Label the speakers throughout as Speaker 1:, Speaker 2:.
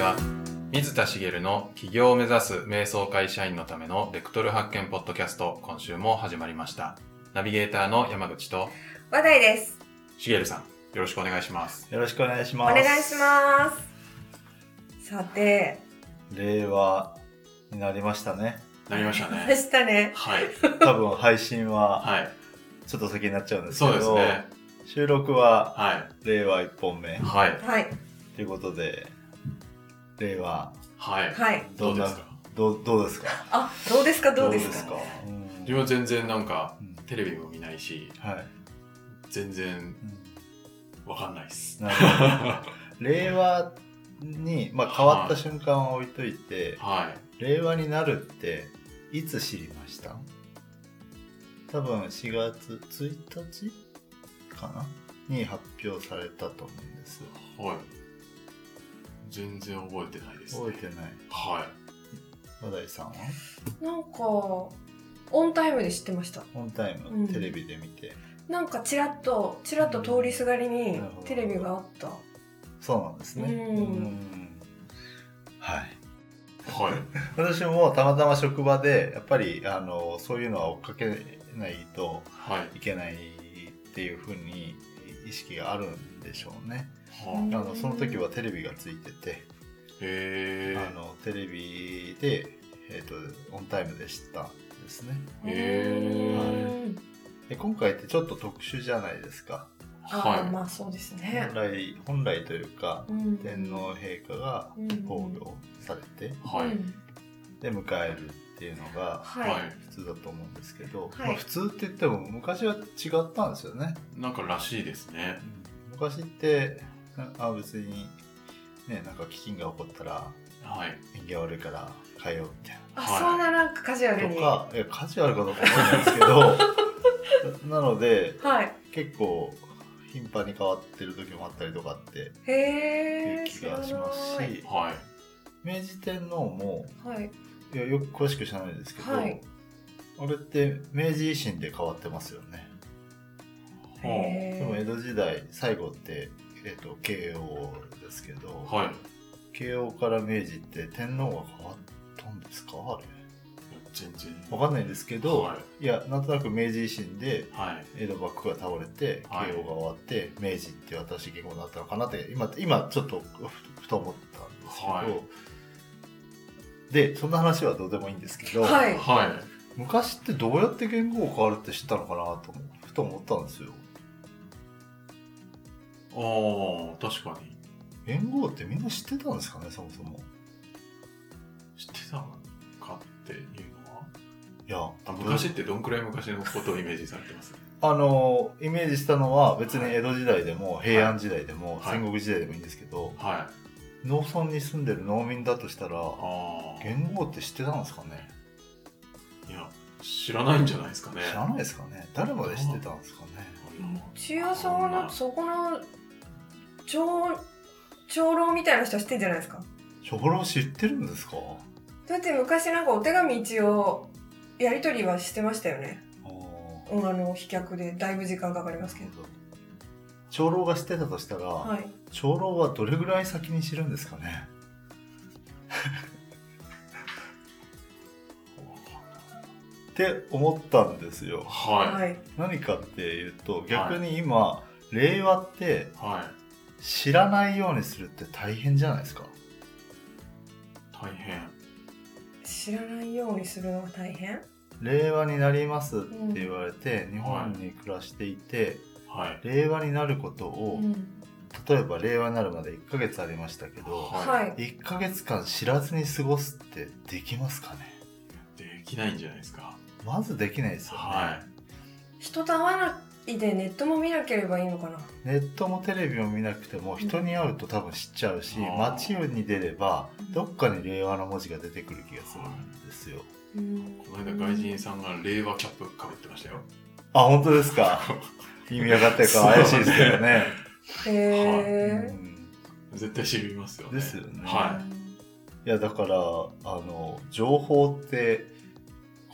Speaker 1: は水田茂の起業を目指す瞑想会社員のためのレクトル発見ポッドキャスト今週も始まりましたナビゲーターの山口と
Speaker 2: 話題です。
Speaker 1: 茂さんよろしくお願いします
Speaker 3: よろしくお願いし
Speaker 2: お
Speaker 3: ます。
Speaker 2: 願いします。さて、
Speaker 3: す。令和になりましたね。
Speaker 1: なりました
Speaker 2: 明
Speaker 1: ね
Speaker 2: 日ね。
Speaker 1: はい
Speaker 3: 多分配信は
Speaker 1: はい
Speaker 3: ちょっと先になっちゃうんですけ
Speaker 1: そう
Speaker 3: ど、
Speaker 1: ですね
Speaker 3: 収録は
Speaker 1: はい
Speaker 3: 令和1本目
Speaker 1: はい
Speaker 2: はい、
Speaker 3: ということで、令和
Speaker 1: はい
Speaker 2: はい。
Speaker 1: どうですか
Speaker 3: どうどうですか
Speaker 2: あ、どうですか、どうですか。
Speaker 3: どうん
Speaker 1: 自分は全然なんか
Speaker 3: うん
Speaker 1: テレビも見ないし
Speaker 3: はい。
Speaker 1: 全然
Speaker 3: うん
Speaker 1: わかんないっす
Speaker 3: なるほ ど令和に、まあ、変わった瞬間は置いといて、
Speaker 1: は
Speaker 3: 令和になるっていつ知りました多分4月1日かなに発表されたと思うんです
Speaker 1: いはい全然覚えてないですね
Speaker 3: 覚えてない
Speaker 1: はい
Speaker 3: 話題さんは
Speaker 2: なんか、オンタイムで知ってました。
Speaker 3: オンタイ
Speaker 2: うん
Speaker 3: ムテレビで見て、
Speaker 2: なんか、ちらっと、ちらっと通りすがりに
Speaker 3: なるほど
Speaker 2: テレビがあった。
Speaker 3: そうなんですね
Speaker 2: うん
Speaker 3: んはい
Speaker 1: はい
Speaker 3: 私もたまたま職場でやっぱりあのそういうのは追っかけないと
Speaker 1: はい
Speaker 3: いけないっていうふうに意識があるんでしょうね
Speaker 1: は
Speaker 3: あのその時はテレビがついてて
Speaker 1: へえ
Speaker 3: あのテレビで、えー、とオンタイムでしたですね
Speaker 1: へー
Speaker 2: うん
Speaker 3: で今回ってちょっと特殊じゃないですか
Speaker 2: あー、
Speaker 1: は
Speaker 2: まあ、そうですね
Speaker 3: 本。来本来というか
Speaker 2: うん
Speaker 3: 天皇陛下が崩御されて
Speaker 1: いはい
Speaker 2: うん
Speaker 3: で迎えるっていうのが
Speaker 2: はい。
Speaker 1: は
Speaker 3: 普通だと思うんですけど、
Speaker 2: はい
Speaker 3: まあ、普通って言っても昔は違ったんですよね
Speaker 1: いなんからしいですね
Speaker 3: 昔ってなあ別にねなんか飢饉が起こったら
Speaker 1: はい
Speaker 3: 縁起が悪いから変えようみたいな
Speaker 2: あ、
Speaker 1: はい
Speaker 2: そんななんかカジュアルに。
Speaker 3: と
Speaker 2: は
Speaker 3: か、いやカジュアルかどうかわかんないですけど ななので
Speaker 2: い。
Speaker 3: 結構頻繁に変わってる時もあったりとかって
Speaker 2: へー
Speaker 3: いう気がします
Speaker 2: 知らない
Speaker 3: し
Speaker 1: はい
Speaker 3: 明治天皇も
Speaker 2: はい。
Speaker 3: いやよく詳しく知らないですけど、
Speaker 2: はい
Speaker 3: あれって明治維新で変わってますよね
Speaker 1: は
Speaker 2: へー
Speaker 3: でも江戸時代最後って、えー、と慶応ですけど、
Speaker 1: あはい
Speaker 3: 慶応から明治って天皇が変わったんですかあれ
Speaker 1: 全然
Speaker 3: わかんないですけど、、
Speaker 1: はい
Speaker 3: やなんとなく明治維新で
Speaker 1: はい
Speaker 3: 江戸幕府が倒れて
Speaker 1: はい
Speaker 3: 慶応が終わって、明治って私言語になったのかなって今今ちょっとふふと思ったんですけど、
Speaker 1: は
Speaker 3: でそんな話はどうでもいいんですけど、
Speaker 2: はい
Speaker 1: はい
Speaker 3: 昔ってどうやって言語が変わるって知ったのかなと思うふと思ったんですよ
Speaker 1: おー確かに
Speaker 3: 言語ってみんな知ってたんですかねそもそも
Speaker 1: 知ってたのかっていうのはい
Speaker 3: や
Speaker 1: あ昔ってどんくらい昔のことをイメージされてます
Speaker 3: あのイメージしたのは別に江戸時代でも平安時代でも
Speaker 1: はい
Speaker 3: 戦国時代でもいいんですけど、
Speaker 1: はい
Speaker 3: 農村に住んでる農民だとしたら
Speaker 1: ああ
Speaker 3: 元号って知ってたんですかね
Speaker 1: いや知らないんじゃないですかね
Speaker 3: 知らないですかね誰まで知ってたんですかね
Speaker 2: 千代さんはなんかそこの長長老みたいな人は知ってんじゃないですか
Speaker 3: 初老知ってるんですか
Speaker 2: だって昔なんかお手紙一応やり取りはしてましたよね、
Speaker 3: あー
Speaker 2: うん、あの飛脚でだいぶ時間かかり
Speaker 3: な
Speaker 2: ま
Speaker 3: る
Speaker 2: すけど
Speaker 3: ほど長老が知ってたとしたら、
Speaker 2: はい
Speaker 3: 長老はどれぐらい先に知るんですかねって思ったんですよ
Speaker 1: は
Speaker 2: はい
Speaker 3: 何かっていうと逆に今、令和って
Speaker 1: いはい
Speaker 3: 知らないようにするって大変じゃないですか
Speaker 1: 大変
Speaker 2: 知らないようにするのが大変
Speaker 3: 令和になりますって言われて、日本に暮らしていて、
Speaker 1: はい
Speaker 3: 令和になること
Speaker 2: う
Speaker 3: を、
Speaker 2: ん
Speaker 3: 例えば令和になるまで1ヶ月ありましたけど、
Speaker 1: はい
Speaker 2: はい
Speaker 3: 1ヶ月間知らずに過ごすってできますかね
Speaker 1: できないんじゃないですか
Speaker 3: まずできないですよね、
Speaker 1: は
Speaker 2: 人と会わないでネットも見なければいいのかな
Speaker 3: ネットもテレビも見なくても人に会うと多分知っちゃうし、
Speaker 1: うん
Speaker 3: 街に出れば
Speaker 2: うん
Speaker 3: どっかに令和の文字が出てくる気がするんです
Speaker 2: う
Speaker 3: よ、
Speaker 2: ん
Speaker 1: いこの間外人さんが令和キャップかぶってましたよ
Speaker 3: あ本当ですか意味わかってるか怪しいですけどね
Speaker 2: へえ、
Speaker 3: うん
Speaker 1: 絶対知りますよね
Speaker 3: ですよね
Speaker 1: はい
Speaker 3: やだからあの情報って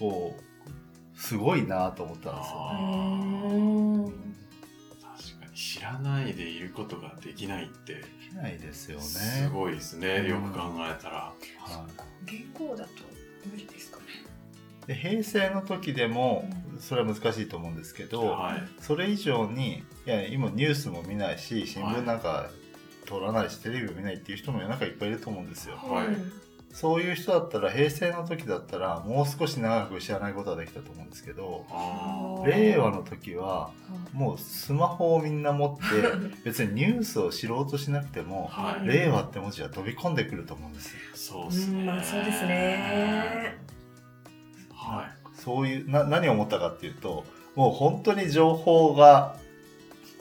Speaker 3: こうすごいなと思ったんですよ
Speaker 1: あ
Speaker 2: う
Speaker 1: い
Speaker 2: ん
Speaker 1: 確かに知ららないでいることができないって
Speaker 3: できないですよね。
Speaker 1: す
Speaker 3: い。
Speaker 1: ごいですね、よく考えたら、
Speaker 2: 言語だと無理ですかね。
Speaker 3: で平成の時でも
Speaker 2: う
Speaker 3: それは難しいと思うんですけど、
Speaker 1: はい
Speaker 3: それ以上にいや今ニュースも見ないし新
Speaker 1: はい
Speaker 3: 聞なんか取らないしテレビも見ないっていう人も世の中いっぱいいると思うんですよ。
Speaker 1: はい
Speaker 2: うん
Speaker 3: そういう人だったら平成の時だったらもう少し長く知らないことはできたと思うんですけど
Speaker 1: あ
Speaker 2: あー
Speaker 3: 令和の時はもうスマホをみんな持って別にニュースを知ろうとしなくても
Speaker 1: は
Speaker 3: 「
Speaker 1: い
Speaker 3: 令和」って文字は飛び込んでくると思うんですよ。
Speaker 1: ーそうです
Speaker 2: う
Speaker 1: ね、
Speaker 2: んまあそうですね
Speaker 1: はい
Speaker 3: そういうな何を思ったかっていうともう本当に情報が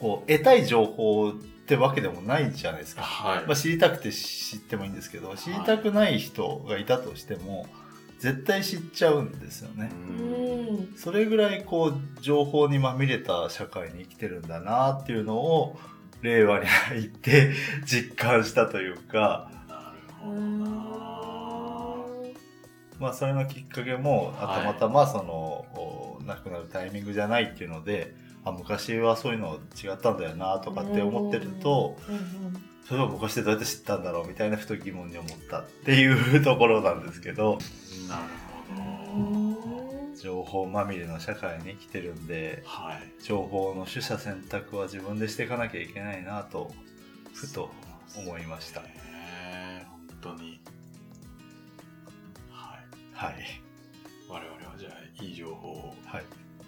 Speaker 3: こう得たい情報ってわけでもないじゃないですか。
Speaker 1: はい、
Speaker 3: まあ、知りたくて知ってもいいんですけど知りたくない人がいたとしても絶対知っちゃうんですよね
Speaker 1: う。
Speaker 2: うんん
Speaker 3: それぐらいこう情報にまみれた社会に生きてるんだなっていうのを令和に入って実感したというか、
Speaker 1: なる
Speaker 2: う
Speaker 1: ほど
Speaker 2: ん
Speaker 1: な
Speaker 3: まあ、それのきっかけもあ
Speaker 1: はい
Speaker 3: たまたまその、お亡くなるタイミングじゃないっていうのであ昔はそういうの違ったんだよなとかって思ってると
Speaker 2: うんうん
Speaker 3: それを昔ってどうやって知ったんだろうみたいなふと疑問に思ったっていうところなんですけど
Speaker 1: なるほど
Speaker 2: う
Speaker 3: 情報まみれの社会に生きてるんで
Speaker 1: はい
Speaker 3: 情報の取捨選択は自分でしていかなきゃいけないなとふと思いました
Speaker 1: ねえ本当にはい
Speaker 3: はい
Speaker 1: 我々はじゃあいい情報を
Speaker 3: はい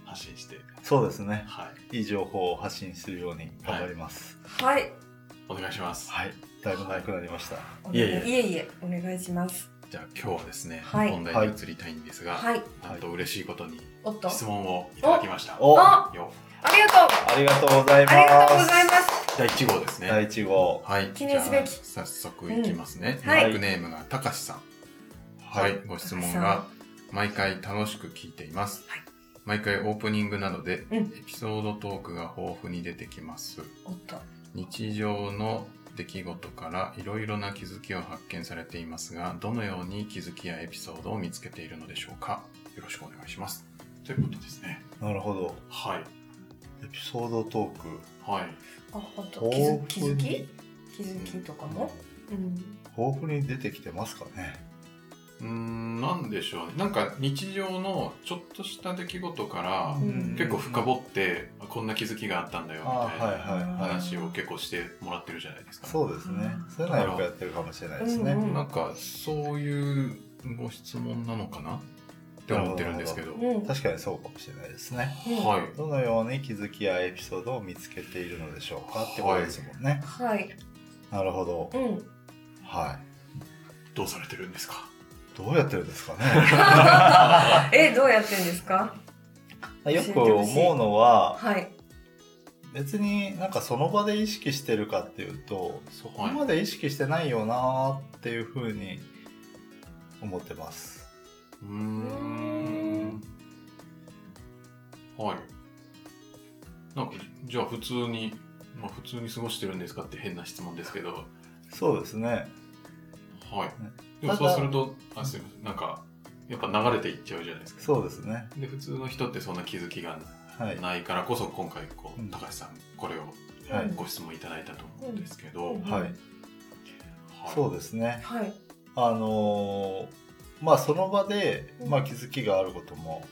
Speaker 1: 発信して
Speaker 3: そうですね
Speaker 1: はい
Speaker 3: いい情報を発信するように頑張ります
Speaker 2: んはい
Speaker 1: お願いします、
Speaker 3: はい、だいぶ長くなりました
Speaker 1: いえいえ
Speaker 2: いえいえお願いします
Speaker 1: じゃあ今日はですね、
Speaker 2: はい
Speaker 1: 本題に移りたいんですが、
Speaker 2: はい
Speaker 1: なんと嬉しいことに
Speaker 2: おっと
Speaker 1: 質問をいただきました
Speaker 3: お
Speaker 2: あ
Speaker 1: よ
Speaker 2: ありがとう
Speaker 3: ありがとうございます
Speaker 2: ありがとうございます
Speaker 1: 第1号ですね、
Speaker 3: 第1号
Speaker 1: はい、
Speaker 2: 記念すべき
Speaker 1: じゃあ早速いきますね。
Speaker 2: うんはい
Speaker 1: ニックネームがたかしさん。はい、ご質問が毎回楽しく聞いています。
Speaker 2: はい
Speaker 1: 毎回オープニングなどで
Speaker 2: うん
Speaker 1: エピソードトークが豊富に出てきます。
Speaker 2: おっと
Speaker 1: 日常の出来事からいろいろな気づきを発見されていますが、どのように気づきやエピソードを見つけているのでしょうか。よろしくお願いします。ということですね。
Speaker 3: なるほど
Speaker 1: はい。
Speaker 3: エピソードトーク
Speaker 1: はい。
Speaker 2: あほんと気づ
Speaker 3: 豊
Speaker 2: 気
Speaker 3: 富
Speaker 2: づ
Speaker 3: に
Speaker 2: き気づきとかもうん
Speaker 3: 豊富に出てきてますかね
Speaker 1: うーん、なんでしょうね。なんか日常のちょっとした出来事から、
Speaker 2: うん
Speaker 1: 結構深掘って、あこんな気づきがあったんだよみ
Speaker 3: あ
Speaker 1: たい
Speaker 3: はいはい
Speaker 1: な
Speaker 3: はい
Speaker 1: 話を結構してもらってるじゃないですか、
Speaker 3: そうですねそういうのはよくやってるかもしれないです
Speaker 2: う
Speaker 3: ね
Speaker 2: ん
Speaker 1: なんかそういうご質問なのかなって思ってるんですけど
Speaker 2: うん
Speaker 3: 確かにそうかもしれないですね
Speaker 1: はい
Speaker 3: どのように気づきやエピソードを見つけているのでしょうかってことですもんね。
Speaker 2: はい
Speaker 3: なるほど
Speaker 2: う。ん
Speaker 3: は
Speaker 1: どうされてるんですか
Speaker 3: い。どうやってるんです か
Speaker 2: えどうやってんですか
Speaker 3: ね。よく思うのは
Speaker 2: はい
Speaker 3: 別になんかその場で意識してるかっていうとそこまで意識してないよなーっていうふうに思ってます。
Speaker 1: うーんはいなんかじゃあ普通に、まあ、普通に過ごしてるんですかって変な質問ですけど
Speaker 3: そうですね。
Speaker 1: はい
Speaker 3: ね
Speaker 1: でも
Speaker 3: た
Speaker 1: そ
Speaker 3: だ
Speaker 1: うするとあすいませんなんかやっぱ流れていっちゃうじゃないですか
Speaker 3: そうですね。
Speaker 1: で普通の人ってそんな気づきが
Speaker 3: はい。
Speaker 1: ないからこそ今回こう、
Speaker 3: うん
Speaker 1: 高橋さんこれを
Speaker 3: はい
Speaker 2: うん
Speaker 1: ご質問いただいたと思うんですけど、
Speaker 2: うん
Speaker 3: はい。そう
Speaker 1: で
Speaker 3: ですね。
Speaker 2: はい
Speaker 3: あのーまあその場で、まあ、気づきがあることも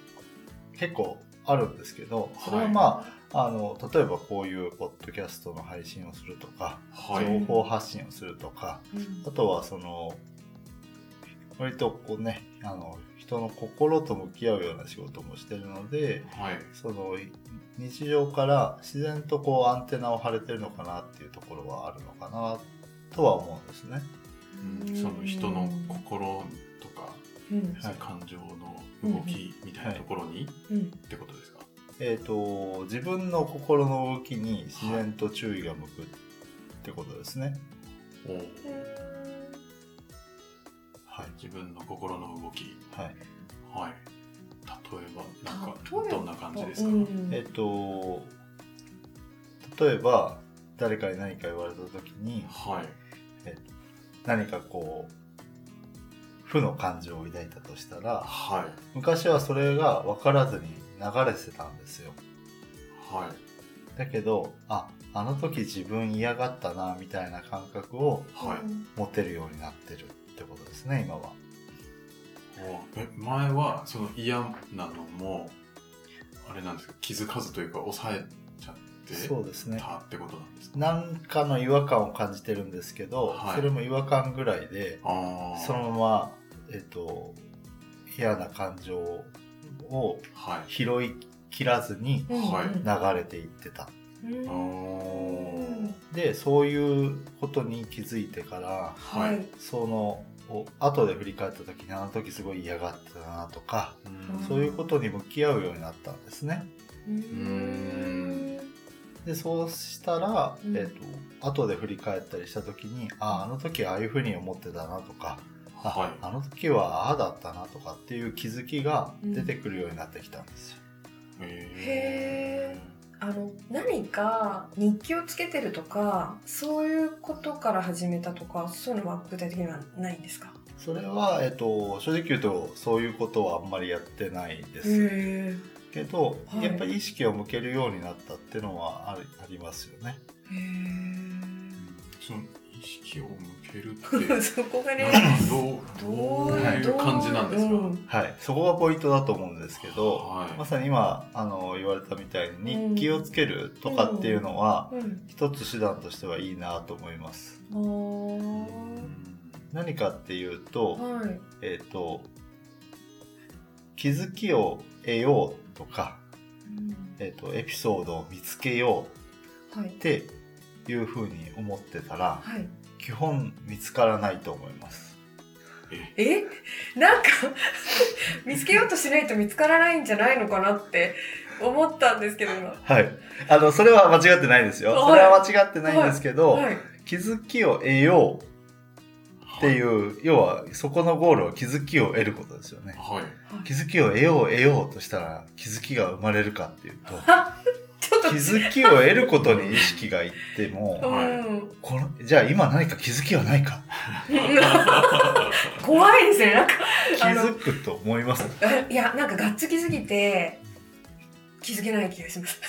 Speaker 3: 結構あるんですけどそれはまあ、あの例えばこういうポッドキャストの配信をするとか、
Speaker 1: はい
Speaker 3: 情報発信をするとか
Speaker 2: うん
Speaker 3: あとはその割とこうねあの人の心と向き合うような仕事もしてるので
Speaker 1: はい
Speaker 3: その日常から自然とこうアンテナを張れてるのかなっていうところはあるのかなとは思うんですね。
Speaker 1: うんその人の心とか、
Speaker 2: うん
Speaker 1: そういう感情の動きみたいなところに、
Speaker 2: うん
Speaker 1: ってことですか
Speaker 3: えー、と自分の心の動きに自然と注意が向くってことですね。
Speaker 1: おう
Speaker 3: はい
Speaker 1: 自分の心の動き
Speaker 3: はい
Speaker 1: はい例えばなんか
Speaker 2: 例えば
Speaker 1: どんな感じですか、
Speaker 2: うん
Speaker 3: えっと例えば誰かに何か言われた時に
Speaker 1: はい
Speaker 3: 何かこう負の感情を抱いたとしたら
Speaker 1: はい
Speaker 3: 昔はそれが分からずに流れてたんですよ
Speaker 1: はい
Speaker 3: だけどああの時自分嫌がったなみたいな感覚を
Speaker 1: はい。
Speaker 3: 持てるようになってるってことですね今は。
Speaker 1: おえ前はその嫌なのもあれなんですか気づかずというか抑えちゃって
Speaker 3: そうですね
Speaker 1: たってことなんですか
Speaker 3: 何かの違和感を感じてるんですけど、
Speaker 1: はい
Speaker 3: それも違和感ぐらいで
Speaker 1: ああ
Speaker 3: そのまま、えっと嫌な感情を
Speaker 1: はい
Speaker 3: 拾い切らずに
Speaker 1: はい
Speaker 3: 流れていって
Speaker 2: う
Speaker 3: た。
Speaker 2: ん
Speaker 1: あ
Speaker 2: うん
Speaker 1: ー
Speaker 3: でそういうことに気づいてから
Speaker 1: はい
Speaker 2: はい
Speaker 3: そのお後で振り返った時にあの時すごい嫌がってたなとか
Speaker 1: うん
Speaker 3: そういうことに向き合うようになったんですね。
Speaker 2: う
Speaker 1: うん
Speaker 3: でそうしたら、
Speaker 2: うん
Speaker 3: えっと後で振り返ったりした時にあああの時ああいうふうに思ってたなとかあ,、
Speaker 1: はい
Speaker 3: あの時はああだったなとかっていう気づきが出てくるようになってきたんですよ。
Speaker 1: へ
Speaker 2: へあの何か日記をつけてるとかそういうことから始めたとかそういうのは具体的にはないんですか
Speaker 3: それは、えっと正直言うとそういうことはあんまりやってないです。
Speaker 2: へ
Speaker 3: けど、
Speaker 2: はい
Speaker 3: やっぱり意識を向けるようになったっていうのはあるありますよね。
Speaker 1: その意識を向けるっ
Speaker 2: え
Speaker 1: て
Speaker 2: そこがね
Speaker 1: なんかどう
Speaker 2: ど
Speaker 1: どう
Speaker 2: う
Speaker 1: いう感じなんですか、
Speaker 2: うん
Speaker 3: はい、そこがポイントだと思うんですけど、
Speaker 1: はい
Speaker 3: まさに今あの言われたみたいに日記をつけるとかっていうのは、
Speaker 2: うん
Speaker 3: 一つ手段としてはいいなと思います。
Speaker 2: あー
Speaker 3: 何かっていうと、
Speaker 2: はい
Speaker 3: えっ、と気づきを得ようとか、
Speaker 2: うん
Speaker 3: えっ、とエピソードを見つけよ
Speaker 2: はいう
Speaker 3: っていうふうに思ってたら、
Speaker 2: はい
Speaker 3: 基本見つからないと思います。
Speaker 1: え
Speaker 2: えなんか 見つけようとしないと見つからないんじゃないのかなって思ったんですけど今
Speaker 3: はい。あの、それは間違ってないですよ。
Speaker 2: はい
Speaker 3: それは間違ってないんですけど、
Speaker 2: はい
Speaker 3: 気づきを得ようっていうう、要はそこのゴールは気づきを得ることですよね。
Speaker 1: はい
Speaker 3: 気づきを得よう得ようとしたら気づきが生まれるかっていうと、
Speaker 2: ちょっと
Speaker 3: 気づきを得ることに意識がいっ ても、
Speaker 1: はい
Speaker 2: うん
Speaker 3: このじゃあ今何か気づきはないか
Speaker 2: 怖いですねなんか
Speaker 3: 気
Speaker 2: あの
Speaker 3: づくと思います。
Speaker 2: いやなんかがっつきすぎて気づけない気がします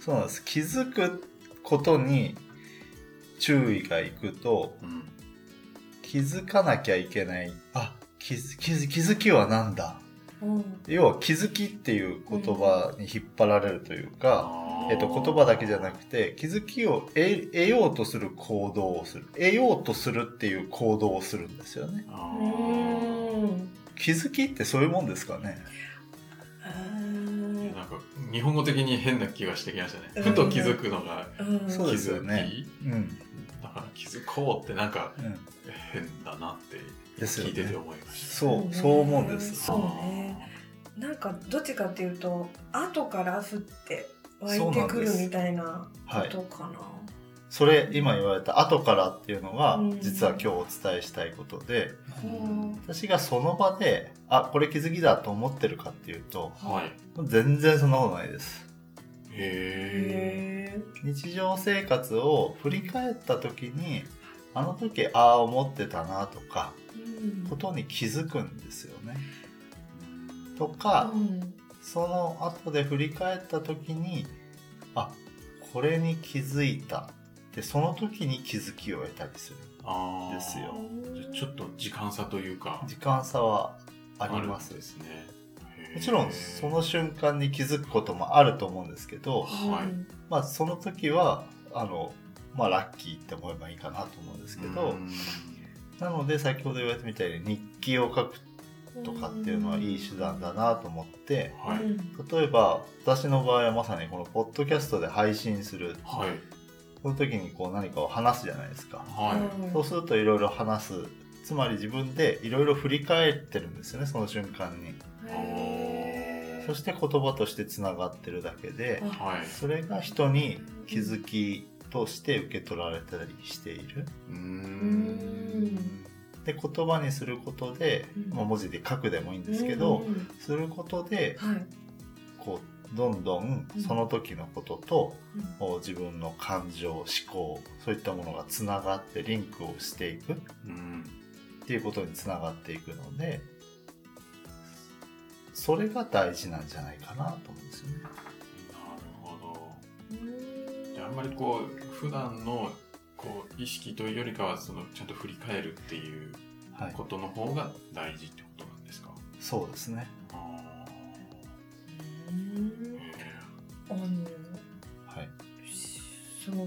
Speaker 3: そうなんです。気づくことに注意がいくと、
Speaker 1: うん
Speaker 3: 気づかなきゃいけない。あ、気づ気づ気づきはなんだ
Speaker 2: うん
Speaker 3: 要は気づきっていう言葉に引っ張られるというか、
Speaker 1: あー
Speaker 3: えっと、言葉だけじゃなくて気づきを得得ようとする行動をする得ようとするっていう行動をするんですよね
Speaker 1: あ
Speaker 2: う
Speaker 1: ー
Speaker 2: ん
Speaker 3: 気づきってそういうもんですかね
Speaker 1: いやなんか日本語的に変な気がしてきましたね、ふと気づくのが
Speaker 2: うん
Speaker 3: そう
Speaker 1: 気
Speaker 3: です
Speaker 1: づ
Speaker 3: よ
Speaker 1: き、
Speaker 3: ねうん、
Speaker 1: だから気づこうってなんか
Speaker 3: うん、
Speaker 1: 変だなって
Speaker 3: ですよ
Speaker 1: 聞い
Speaker 3: ね
Speaker 1: てて思いました、
Speaker 3: そううんそう思うんです
Speaker 2: そうねなんかどっちかっていうと後から降って湧いてくるみたいな
Speaker 3: はい
Speaker 2: ことかな
Speaker 3: それ今言われた後からっていうのが
Speaker 2: うん
Speaker 3: 実は今日お伝えしたいことで
Speaker 2: うん
Speaker 3: 私がその場であこれ気づきだと思ってるかっていうと
Speaker 1: はいへ
Speaker 3: 全然そんなことないです
Speaker 1: え
Speaker 2: へえ
Speaker 3: 日常生活を振り返った時にあの時ああ思ってたなとか
Speaker 2: うん
Speaker 3: ことに気づくんですよね。とか
Speaker 2: うん
Speaker 3: その後で振り返った時にあこれに気づいたってその時に気づきを得たりする。
Speaker 1: あー
Speaker 3: ですよ
Speaker 1: じゃあちょっと時間差というか
Speaker 3: 時間差はありま
Speaker 1: あ
Speaker 3: す
Speaker 1: るん。ですねへー
Speaker 3: もちろんその瞬間に気づくこともあると思うんですけど、
Speaker 1: はい
Speaker 2: うん
Speaker 3: まあ、その時はあの、まあ、ラッキーって思えばいいかなと思うんですけど。
Speaker 1: うん
Speaker 3: なので先ほど言われたみたいに日記を書くとかっていうのはいい手段だなと思って
Speaker 1: はい、
Speaker 2: うん
Speaker 3: 例えば私の場合はまさにこのポッドキャストで配信する
Speaker 1: はい
Speaker 3: その時にこう何かを話すじゃないですか
Speaker 1: は
Speaker 2: うん
Speaker 3: そうするといろいろ話すつまり自分でいろいろ振り返ってるんですよねその瞬間に
Speaker 2: へー
Speaker 3: そして言葉としてつながってるだけで
Speaker 1: いはい
Speaker 3: それが人に気づきとして受け取られたりしている
Speaker 1: うーん
Speaker 2: ん
Speaker 3: で言葉にすることで、
Speaker 2: うん
Speaker 3: まあ、文字で書くでもいいんですけど、
Speaker 2: うんうん
Speaker 3: することで
Speaker 2: はい
Speaker 3: こうどんどんその時のことと、
Speaker 2: うん
Speaker 3: こう自分の感情思考そういったものがつながってリンクをしていくっ
Speaker 1: うん
Speaker 3: ていうことにつながっていくのでそれが大事なんじゃないかなと思うんですよね。
Speaker 1: なるほど
Speaker 2: うん
Speaker 1: んまりこう普段のこう意識というよりかはそのちゃんと振り返るっていう
Speaker 3: はい、
Speaker 1: ことの方が大事ってことなんですか、
Speaker 3: そうですね。
Speaker 1: あー
Speaker 2: あの
Speaker 3: はい、
Speaker 2: その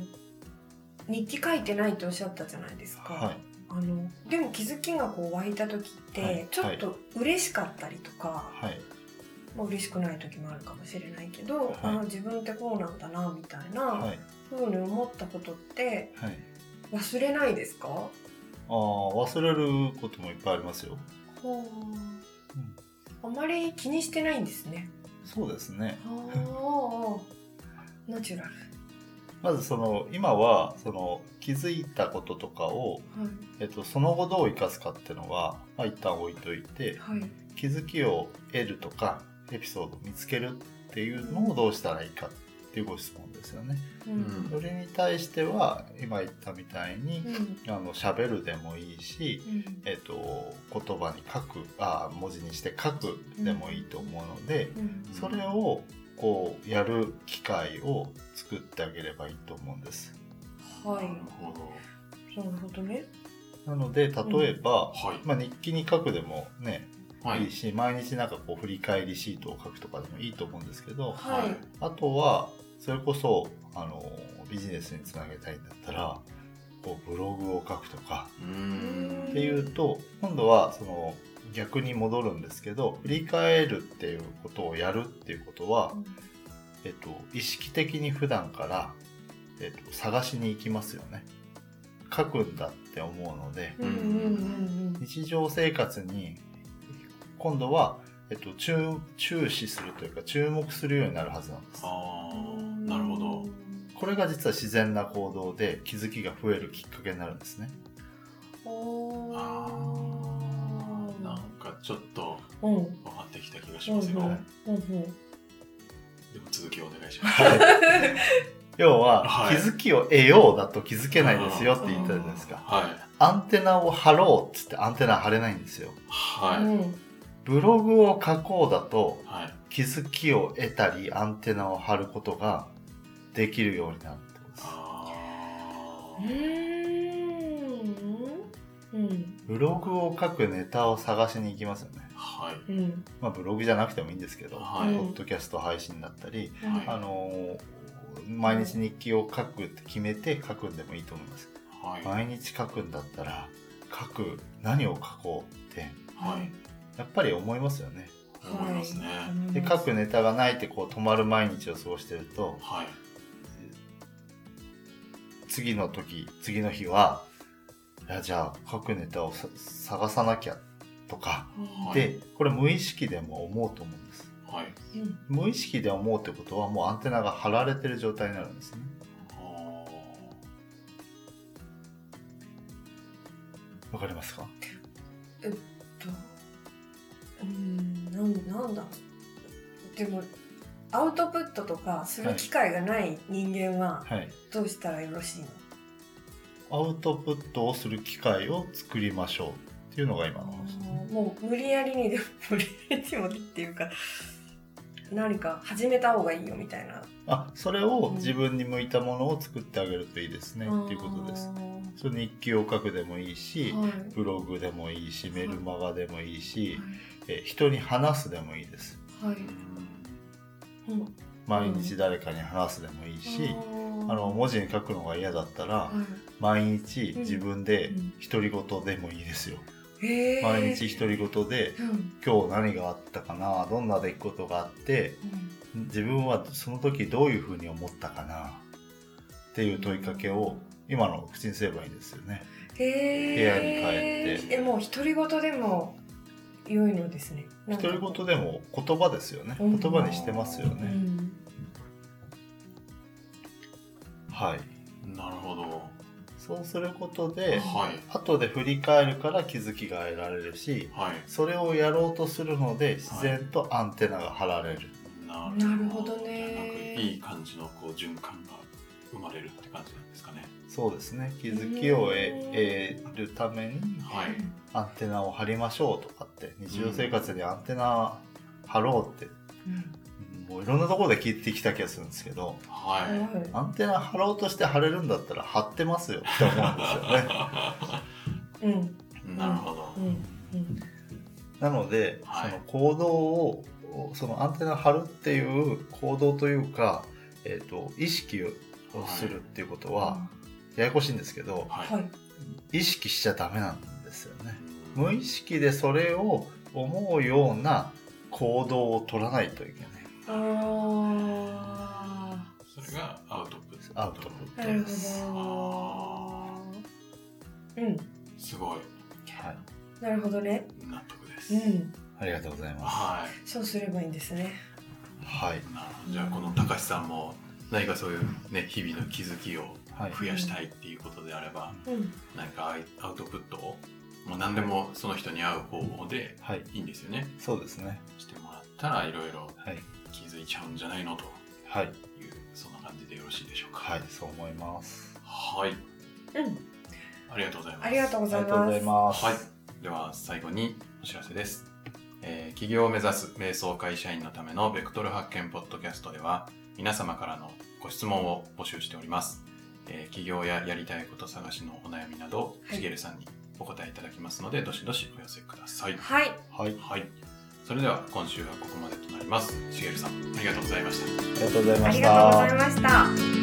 Speaker 2: 日記書いてないっておっしゃったじゃないですか、
Speaker 3: はい、
Speaker 2: あのでも気づきがこう湧いた時って、
Speaker 3: はい
Speaker 2: ちょっと嬉しかったりとか、
Speaker 3: はい、
Speaker 2: まあ嬉しくない時もあるかもしれないけど、
Speaker 3: はい
Speaker 2: あの自分ってこうなんだなみたい
Speaker 3: は、
Speaker 2: ないふうに思ったことって
Speaker 3: はい。
Speaker 2: 忘れないですか、は
Speaker 3: ああ、忘れることもいっぱいありますよ。
Speaker 2: ああまり気にしてないんですね。
Speaker 3: そうですね。
Speaker 2: はあ、ナチュラル。
Speaker 3: まずその今はその気づいたこととかを、
Speaker 2: は
Speaker 3: えっと、その後どう生かすかっていうのは、まあ、一旦置いといて
Speaker 2: い、はい、
Speaker 3: 気づきを得るとかエピソードを見つけるっていうのをどうしたらいいかっていうご質問ですよね。
Speaker 2: う、
Speaker 1: うんん
Speaker 3: それに対しては今言ったみたいに
Speaker 2: うん、
Speaker 3: あの喋るでもいいし、
Speaker 2: うん、
Speaker 3: えっと、言葉に書くあ文字にして書くでもいいと思うので、
Speaker 2: うん、
Speaker 3: それをこうやる機会を作ってあげればいいと思うんです。
Speaker 2: はい、
Speaker 1: なるほど
Speaker 2: なるほどね。
Speaker 3: なので例えば、
Speaker 1: はい、
Speaker 3: まあ、日記に書くでもね、
Speaker 1: はい
Speaker 3: いし毎日なんかこう振り返りシートを書くとかでもいいと思うんですけど
Speaker 2: はい、
Speaker 3: あとはそれこそあのビジネスにつなげたいんだったらこうブログを書くとか
Speaker 1: うーん
Speaker 3: っていうと今度はその逆に戻るんですけど振り返るっていうことをやるっていうことは、えっと、意識的に普段から、えっと、探しに行きますよね。書くんだって思うので
Speaker 2: うん、うん、うん、うん、
Speaker 3: 日常生活に今度は、えっと、注注視するというか注目するようになるはずなんです。
Speaker 1: あーなるほど。
Speaker 3: これが実は自然な行動で気づきが増えるきっかけになるんです ね。
Speaker 2: お
Speaker 1: あーなんかちょっと
Speaker 2: ーう
Speaker 1: 分
Speaker 2: ん。
Speaker 1: かってきた気がしますよ、
Speaker 2: うんうんうん、
Speaker 1: でも続きお願いします
Speaker 3: 要は、
Speaker 1: はい
Speaker 3: 気づきを得ようだと気づけないですよって言ったじゃないですか。
Speaker 1: はい
Speaker 3: アンテナを張ろうっつってアンテナ張れないんですよ。
Speaker 1: はい、
Speaker 2: うん
Speaker 3: ブログを書こうだと
Speaker 1: はい
Speaker 3: 気づきを得たりアンテナを張ることができるようになるってことです。
Speaker 1: あ
Speaker 2: うーんうん
Speaker 3: ブログを書くネタを探しに行きますよね。
Speaker 1: ーはい
Speaker 2: うん
Speaker 3: まあブログじゃなくてもいいんですけど、
Speaker 1: はい、
Speaker 2: うん
Speaker 3: ポッドキャスト配信だったり、
Speaker 1: はい
Speaker 3: あのー毎日日記を書くって決めて書くんでもいいと思います。
Speaker 1: はいはい
Speaker 3: 毎日書くんだったら書く何を書こうって
Speaker 1: はい
Speaker 3: やっぱり思いますよね。
Speaker 1: 思いますね
Speaker 2: はい
Speaker 3: で書くネタがないってこう止まる毎日を過ごしてると
Speaker 1: はい
Speaker 3: 次の時次の日はいやじゃあ書くネタをさ探さなきゃとか
Speaker 1: はい
Speaker 3: でこれ無意識でも思うと思うんです。
Speaker 1: はい
Speaker 2: うん
Speaker 3: 無意識で思うってことはもうアンテナが張られてる状態になるんですね。
Speaker 1: あ
Speaker 3: わかりますか
Speaker 2: とうんなんなんだろうでもアウトプットとかする機会がない人間は
Speaker 3: はい。
Speaker 2: どうしたらよろしいの、
Speaker 3: アウトプットをする機会を作りましょうっていうのが今の話ですね。
Speaker 2: もう無理やりにでも無理やりにもっていうか何か始めた方がいいよみたいな、
Speaker 3: あ、それを自分に向いたものを作ってあげるといいですねっていうことです。
Speaker 2: は
Speaker 3: それ日記を書くでもいいし、
Speaker 2: い
Speaker 3: ブログでもいいし、メルマガでもいいし、
Speaker 2: は
Speaker 3: え人に話すでもいいです。
Speaker 2: いは
Speaker 1: ーう
Speaker 2: い
Speaker 1: ーん
Speaker 2: うん
Speaker 3: 毎日誰かに話すでもいいし、あの、文字に書くのが嫌だったら、毎日自分で独り言でもいいですよ。
Speaker 2: えー、
Speaker 3: 毎日独り言で、
Speaker 2: うんうん
Speaker 3: 今日何があったかな、どんな出来事があって、自分はその時どういうふうに思ったかなっていう問いかけを今の口にすればいいんですよね。
Speaker 2: へ
Speaker 3: 部屋に帰
Speaker 1: って
Speaker 2: えもう独り言でも良いのですねなんか
Speaker 3: 独り言でも言葉ですよね。
Speaker 2: うん
Speaker 3: 言葉にしてますよ
Speaker 2: う
Speaker 3: ね。
Speaker 2: ん
Speaker 3: はい。
Speaker 1: なるほど
Speaker 3: そうすることで、
Speaker 1: はい
Speaker 3: 後で振り返るから気づきが得られるし、
Speaker 1: はい
Speaker 3: それをやろうとするので自然とアンテナが張られる。
Speaker 2: なるほどね
Speaker 1: なんかいい感じのこう循環が生まれるって感じなんですかね
Speaker 3: そうですね。気づきを得
Speaker 2: うん
Speaker 3: 得るために
Speaker 1: はい
Speaker 3: アンテナを張りましょうとかって日常生活にアンテナ張ろうって
Speaker 2: うん
Speaker 3: うんこういろんなところで聞いてきた気がするんですけど
Speaker 1: は
Speaker 3: アンテナ張ろうとして張れるんだったら張ってますよって思うんです
Speaker 2: う
Speaker 3: よね
Speaker 2: んうん
Speaker 1: い。なるほど
Speaker 2: う。んうん
Speaker 3: なので、
Speaker 1: はい
Speaker 3: その行動をそのアンテナ張るっていう行動というか、えー、と意識をするっていうことは、ややこしいんですけど
Speaker 1: は。
Speaker 2: はいい
Speaker 3: 意識しちゃダメなんですよね無意識でそれを思うような行動を取らないといけない
Speaker 2: あ
Speaker 1: それがアウトプット。
Speaker 3: アウトプ
Speaker 2: ー
Speaker 3: ッ
Speaker 2: な
Speaker 3: ト
Speaker 2: る
Speaker 3: です、
Speaker 2: ほどうん
Speaker 1: すごい
Speaker 3: はい、
Speaker 2: なるほどね
Speaker 1: 納得です。
Speaker 2: うん
Speaker 3: ありがとうございます
Speaker 1: は
Speaker 2: そうすればいいんですね
Speaker 3: はい
Speaker 1: い。なるほどじゃあこの高橋さんも何かそういうね日々の気づきを
Speaker 3: はい
Speaker 1: 増やしたいっていうことであれば、
Speaker 2: うん
Speaker 1: 何かアイアウトプットをもう何でもその人に合う方法で
Speaker 3: はい
Speaker 1: いいんですよね。
Speaker 3: そうですね
Speaker 1: してもらったらいろいろ
Speaker 3: はい
Speaker 1: 気づいちゃうんじゃないのと
Speaker 3: はい
Speaker 1: いうそんな感じでよろしいでしょうか。
Speaker 3: はいそう思います
Speaker 1: はい。
Speaker 2: うん
Speaker 1: ありがとうございます。
Speaker 2: ありがとうご
Speaker 3: あ
Speaker 2: ざい
Speaker 3: りがとうご
Speaker 2: ま
Speaker 3: ざい
Speaker 2: す
Speaker 3: ます
Speaker 1: はい、では最後にお知らせです、えー企業を目指す瞑想会社員のためのベクトル発見ポッドキャストでは皆様からのご質問を募集しております、えー企業ややりたいこと探しのお悩みなど、
Speaker 2: はい
Speaker 1: しげるさんにお答えいただきますのでどしどしお寄せください
Speaker 2: はい
Speaker 3: はい
Speaker 1: はいそれでは今週はここまでとなりますしげるさんありがとうございました
Speaker 3: ありがとうござい
Speaker 2: あ
Speaker 3: ま
Speaker 2: り
Speaker 3: し
Speaker 2: がとうご
Speaker 3: た
Speaker 2: ざいました